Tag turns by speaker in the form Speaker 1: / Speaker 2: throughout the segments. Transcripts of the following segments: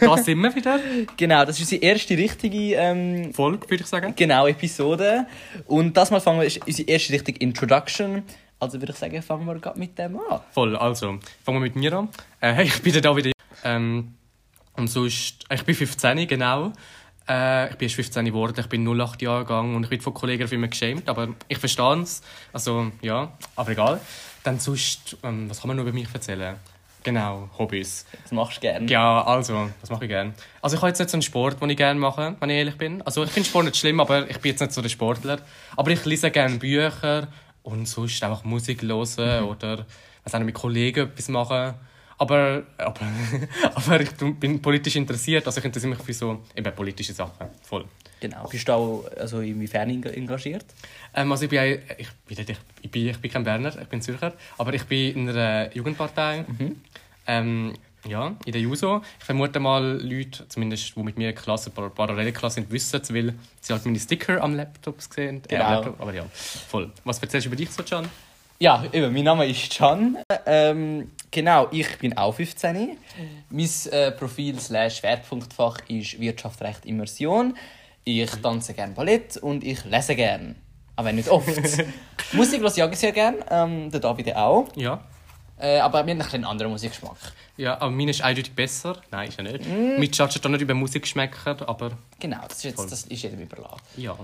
Speaker 1: Da sind wir wieder.
Speaker 2: Genau, das ist unsere erste richtige ähm,
Speaker 1: Folge, würde ich sagen.
Speaker 2: genau Episode. Und das mal fangen wir, ist unsere erste richtige Introduction. Also würde ich sagen, fangen wir gerade mit dem an.
Speaker 1: Voll, also, fangen wir mit mir an. Äh, hey, ich bin der David. Ähm, und sonst, äh, ich bin 15, genau. Äh, ich bin erst 15 geworden, ich bin 08 Jahre gegangen und ich bin von Kollegen viel mehr geschämt, aber ich verstehe es. Also, ja, aber egal. Dann sonst, ähm, was kann man noch über mich erzählen? Genau, Hobbys.
Speaker 2: Das machst du gerne.
Speaker 1: Ja, also, was mache ich gerne? Also ich habe jetzt nicht so einen Sport, den ich gerne mache, wenn ich ehrlich bin. Also ich finde Sport nicht schlimm, aber ich bin jetzt nicht so der Sportler. Aber ich lese gerne Bücher und sonst einfach Musik hören oder was auch nicht, mit Kollegen etwas machen. Aber, aber, aber ich bin politisch interessiert, also ich interessiere mich für so eben politische Sachen, voll.
Speaker 2: Genau. Bist du auch also inwiefern eng- engagiert?
Speaker 1: Ähm, also ich bin, auch- ich, bin nicht, ich, bin, ich bin kein Berner, ich bin Zürcher, aber ich bin in einer Jugendpartei. Ähm, ja, in der JUSO. Ich vermute mal, Leute, zumindest die mit mir in der Klasse, par Parallelklasse sind, wissen es, weil sie halt meine Sticker am Laptop sehen. Äh,
Speaker 2: Genau.
Speaker 1: Laptop, aber ja, voll. Was erzählst du über dich so, Can?
Speaker 2: Ja, eben, mein Name ist Can. Ähm, genau, ich bin auch 15. Mein äh, Profil slash Schwerpunktfach ist Wirtschaft, Recht, Immersion. Ich tanze gerne Ballett und ich lese gerne. Aber nicht oft. Musik höre ich auch sehr gerne, ähm, der David auch.
Speaker 1: Ja.
Speaker 2: Äh, aber wir haben ein bisschen einen anderen Musikgeschmack.
Speaker 1: Ja, aber meine ist eindeutig besser. Nein, ist ja nicht. Mm. Mit judgen doch nicht über Musikgeschmäcker, aber
Speaker 2: Genau, das ist, jetzt, das ist jedem überlassen.
Speaker 1: ja.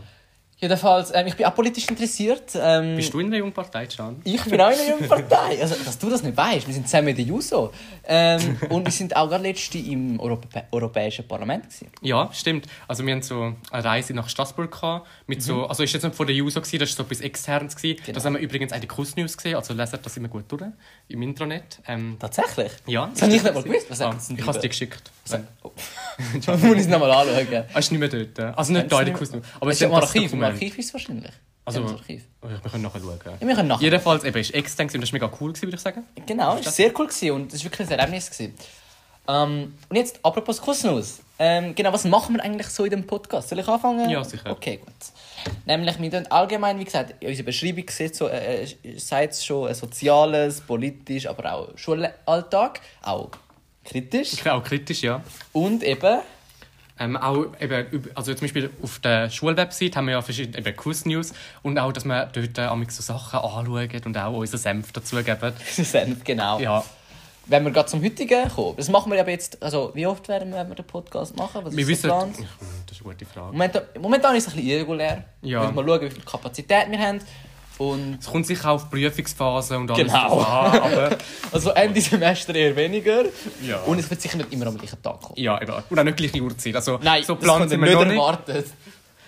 Speaker 2: Jedenfalls, ähm, ich bin auch politisch interessiert. Ähm,
Speaker 1: Bist du in der Jungpartei, Can?
Speaker 2: Ich bin auch in einer jungen Partei. Also, dass du das nicht weißt, wir sind zusammen in der JUSO. Ähm, und wir sind auch gerade letzte im Europä Europäischen Parlament. Gewesen.
Speaker 1: Ja, stimmt. Also wir haben so eine Reise nach Straßburg gehabt, mit
Speaker 2: Mhm.
Speaker 1: so, also ist jetzt nicht von der User gewesen, das ist so etwas externes gewesen.
Speaker 2: Genau.
Speaker 1: Das haben wir übrigens auch in den Kuss-News gesehen, also leset das immer gut durch im Intranet. Ähm,
Speaker 2: Tatsächlich?
Speaker 1: ja.
Speaker 2: Das habe ich nicht mal gewusst. Was
Speaker 1: ah,
Speaker 2: sagt denn
Speaker 1: ich habe es dir
Speaker 2: drüber?
Speaker 1: geschickt.
Speaker 2: Oh. Ich muss es nochmal anschauen.
Speaker 1: Ah, ist nicht mehr dort. äh. Also nicht da in den Kuss-News. Aber
Speaker 2: Es ist ja im
Speaker 1: das
Speaker 2: Archiv. Im
Speaker 1: Dokument.
Speaker 2: Archiv ist es wahrscheinlich.
Speaker 1: Also,
Speaker 2: Ja, im Archiv.
Speaker 1: Oh, wir können nachher schauen.
Speaker 2: Ja, wir können nachher.
Speaker 1: Jedenfalls, eben, ist extern gewesen, und das war mega cool, gewesen, würde ich sagen.
Speaker 2: Genau, es war sehr cool gewesen und es war wirklich ein Erlebnis. Gewesen. Ähm, und jetzt, apropos Kussnuss. Ähm, genau, was machen wir eigentlich so in dem Podcast? Soll ich anfangen?
Speaker 1: Ja, sicher.
Speaker 2: Okay, gut. Nämlich, wir tun allgemein, wie gesagt, in unserer Beschreibung sieht so, äh, äh, sagt es schon, äh, soziales, politisch, aber auch Schulalltag, auch kritisch.
Speaker 1: Auch kritisch, ja.
Speaker 2: Und eben,
Speaker 1: Ähm, auch eben, üb- also zum Beispiel auf der Schulwebsite haben wir ja verschiedene eben Kuss-News und auch, dass wir dort äh, manchmal so Sachen anschauen und auch unseren Senf dazugeben.
Speaker 2: Senf, genau.
Speaker 1: Ja,
Speaker 2: Wenn wir gerade zum heutigen kommen, das machen wir aber jetzt, also wie oft werden wir, werden wir den Podcast machen? Was
Speaker 1: wir
Speaker 2: ist
Speaker 1: wissen...
Speaker 2: der Plan?
Speaker 1: Das ist eine gute Frage.
Speaker 2: Momentan, momentan ist es ein bisschen irregulär.
Speaker 1: Ja.
Speaker 2: Wir müssen mal schauen, wie viel Kapazität wir haben. Und
Speaker 1: Es kommt sicher auch auf Prüfungsphasen und alles
Speaker 2: Genau.
Speaker 1: drauf an, aber
Speaker 2: also Ende Semester eher weniger.
Speaker 1: Ja.
Speaker 2: Und es wird sicher nicht immer am gleichen Tag kommen.
Speaker 1: ja, eben. Und auch nicht gleiche Uhrzeit. Also,
Speaker 2: Nein,
Speaker 1: so
Speaker 2: das
Speaker 1: planen
Speaker 2: können
Speaker 1: sind
Speaker 2: wir
Speaker 1: wir noch
Speaker 2: nicht
Speaker 1: nicht.
Speaker 2: erwartet.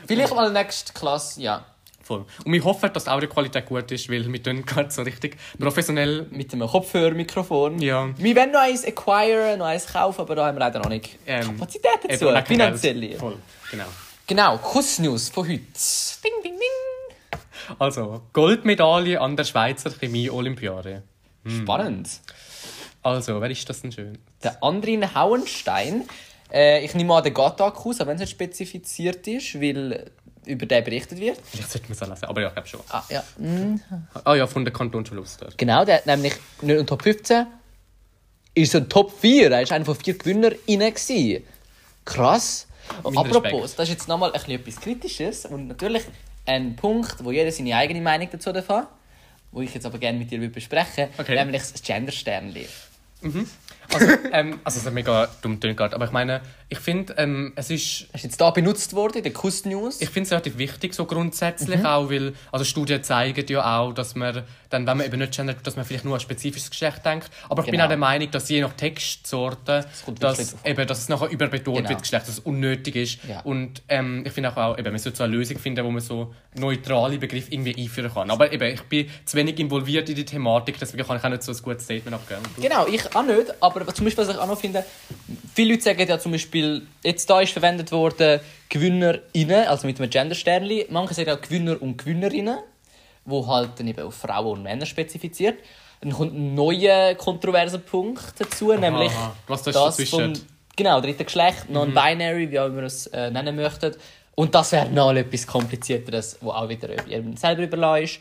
Speaker 2: Vielleicht mal nächste Klasse, ja.
Speaker 1: Voll. Und wir hoffen, dass die Audioqualität gut ist, weil wir tun gerade so richtig professionell...
Speaker 2: Mit einem Kopfhörermikrofon.
Speaker 1: Ja.
Speaker 2: Wir wollen noch eins acquiren, noch eins kaufen, aber da haben wir leider noch nicht
Speaker 1: Ähm,
Speaker 2: Kapazität
Speaker 1: eben,
Speaker 2: dazu.
Speaker 1: und auch kein Geld.
Speaker 2: Finanziell.
Speaker 1: Voll, genau.
Speaker 2: Genau, Kussnews von heute. Ding, ding, ding.
Speaker 1: Also, Goldmedaille an der Schweizer Chemie-Olympiade. Hm.
Speaker 2: Spannend.
Speaker 1: Also, wer ist das denn schön?
Speaker 2: Der Andrin Hauenstein. Äh, ich nehme an den Gattakus, auch wenn es nicht spezifiziert ist, weil über den berichtet wird.
Speaker 1: Vielleicht sollte man es auch lesen, aber ja, ich glaube schon.
Speaker 2: Ah, ja.
Speaker 1: Ah ja, von der Kanton Schuster.
Speaker 2: Genau, der hat nämlich nicht nur Top 15, ist so ein Top 4. Er war einer von vier GewinnerInnen. gewesen. Krass. Und
Speaker 1: Mein
Speaker 2: apropos,
Speaker 1: Respekt.
Speaker 2: das ist jetzt nochmal ein bisschen etwas Kritisches und natürlich ein Punkt, wo jeder seine eigene Meinung dazu darf haben, wo ich jetzt aber gerne mit dir würde besprechen
Speaker 1: Okay.
Speaker 2: nämlich das Gendersternli.
Speaker 1: Also, ähm, also es ist mega dumm tönt gerade, aber ich meine, ich finde, ähm, es ist
Speaker 2: Das ist jetzt da benutzt worden in der Kuss News.
Speaker 1: ich finde es relativ wichtig, so grundsätzlich
Speaker 2: Mhm.
Speaker 1: auch, weil also Studien zeigen ja auch, dass man dann, wenn man eben nicht gendert, dass man vielleicht nur an spezifisches Geschlecht denkt. Aber ich bin
Speaker 2: Genau.
Speaker 1: auch der Meinung, dass je nach Textsorte,
Speaker 2: kommt wirklich
Speaker 1: dass,
Speaker 2: drauf an.
Speaker 1: eben, dass es nachher überbetont
Speaker 2: Genau.
Speaker 1: wird, das Geschlecht, dass es unnötig ist.
Speaker 2: Ja.
Speaker 1: Und ähm, ich finde auch, auch eben, man sollte so eine Lösung finden, wo man so neutrale Begriffe irgendwie einführen kann. Aber eben, ich bin zu wenig involviert in die Thematik, deswegen kann ich auch nicht so ein gutes Statement abgeben. Und du?
Speaker 2: Genau, ich auch nicht, aber zum Beispiel, was ich auch noch finde, viele Leute sagen ja zum Beispiel, jetzt da ist verwendet worden GewinnerInnen, also mit einem Gendersternli, manche sagen auch Gewinner und GewinnerInnen, wo halt dann eben auf Frauen und Männer spezifiziert. Dann kommt ein neuer kontroverser Punkt dazu, nämlich
Speaker 1: aha. Was da ist dazwischen? Mhm.
Speaker 2: vom genau, dritten Geschlecht, non-binary, wie auch immer ihr es äh, nennen möchtet. Und das wäre noch etwas komplizierteres, wo auch wieder jedem selber überlassen ist.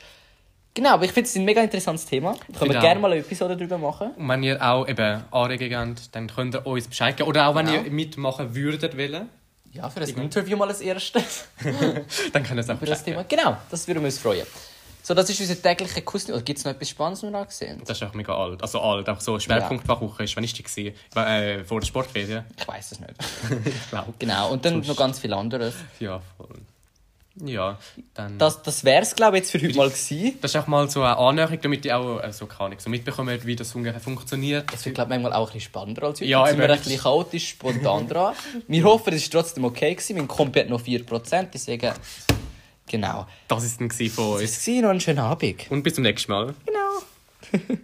Speaker 2: Genau, aber ich finde es ein mega interessantes Thema. Können wir
Speaker 1: auch.
Speaker 2: gerne mal eine Episode darüber machen.
Speaker 1: Und wenn ihr auch eben Anregungen habt, dann könnt ihr uns Bescheid geben. Oder auch wenn
Speaker 2: Genau.
Speaker 1: ihr mitmachen würdet wollen,
Speaker 2: Ja, für ein Interview mal als erstes.
Speaker 1: dann könnt ihr es auch
Speaker 2: Über das
Speaker 1: Bescheid
Speaker 2: Thema.
Speaker 1: geben.
Speaker 2: Genau, das würde uns freuen. So, das ist unser täglicher Kuss. Oder gibt es noch etwas Spannendes, was wir angesehen haben?
Speaker 1: Das ist auch mega alt. Also alt, auch so Schwerpunkt Woche ist. Wann war die? gewesen? Äh, vor der Sportferien?
Speaker 2: Ich weiß es nicht.
Speaker 1: Ich glaube.
Speaker 2: Genau, und dann noch ganz viel anderes.
Speaker 1: Ja, voll. Ja, dann...
Speaker 2: Das, das wäre es, glaube ich, jetzt für heute mal gewesen.
Speaker 1: Das ist auch mal so eine Annäherung, damit ihr auch äh, so, keine Ahnung, so mitbekommt, wie das ungefähr funktioniert.
Speaker 2: Es wird, glaube ich, manchmal auch ein bisschen spannender als heute.
Speaker 1: Ja,
Speaker 2: Jetzt sind wir
Speaker 1: eben.
Speaker 2: ein bisschen chaotisch, spontan dran. Wir hoffen, es war trotzdem okay. Gewesen. Mein Kompi hat noch 4%, deswegen... Genau.
Speaker 1: Das war es dann gewesen von
Speaker 2: Das
Speaker 1: uns.
Speaker 2: war noch einen schönen Abend.
Speaker 1: Und bis zum nächsten Mal.
Speaker 2: Genau.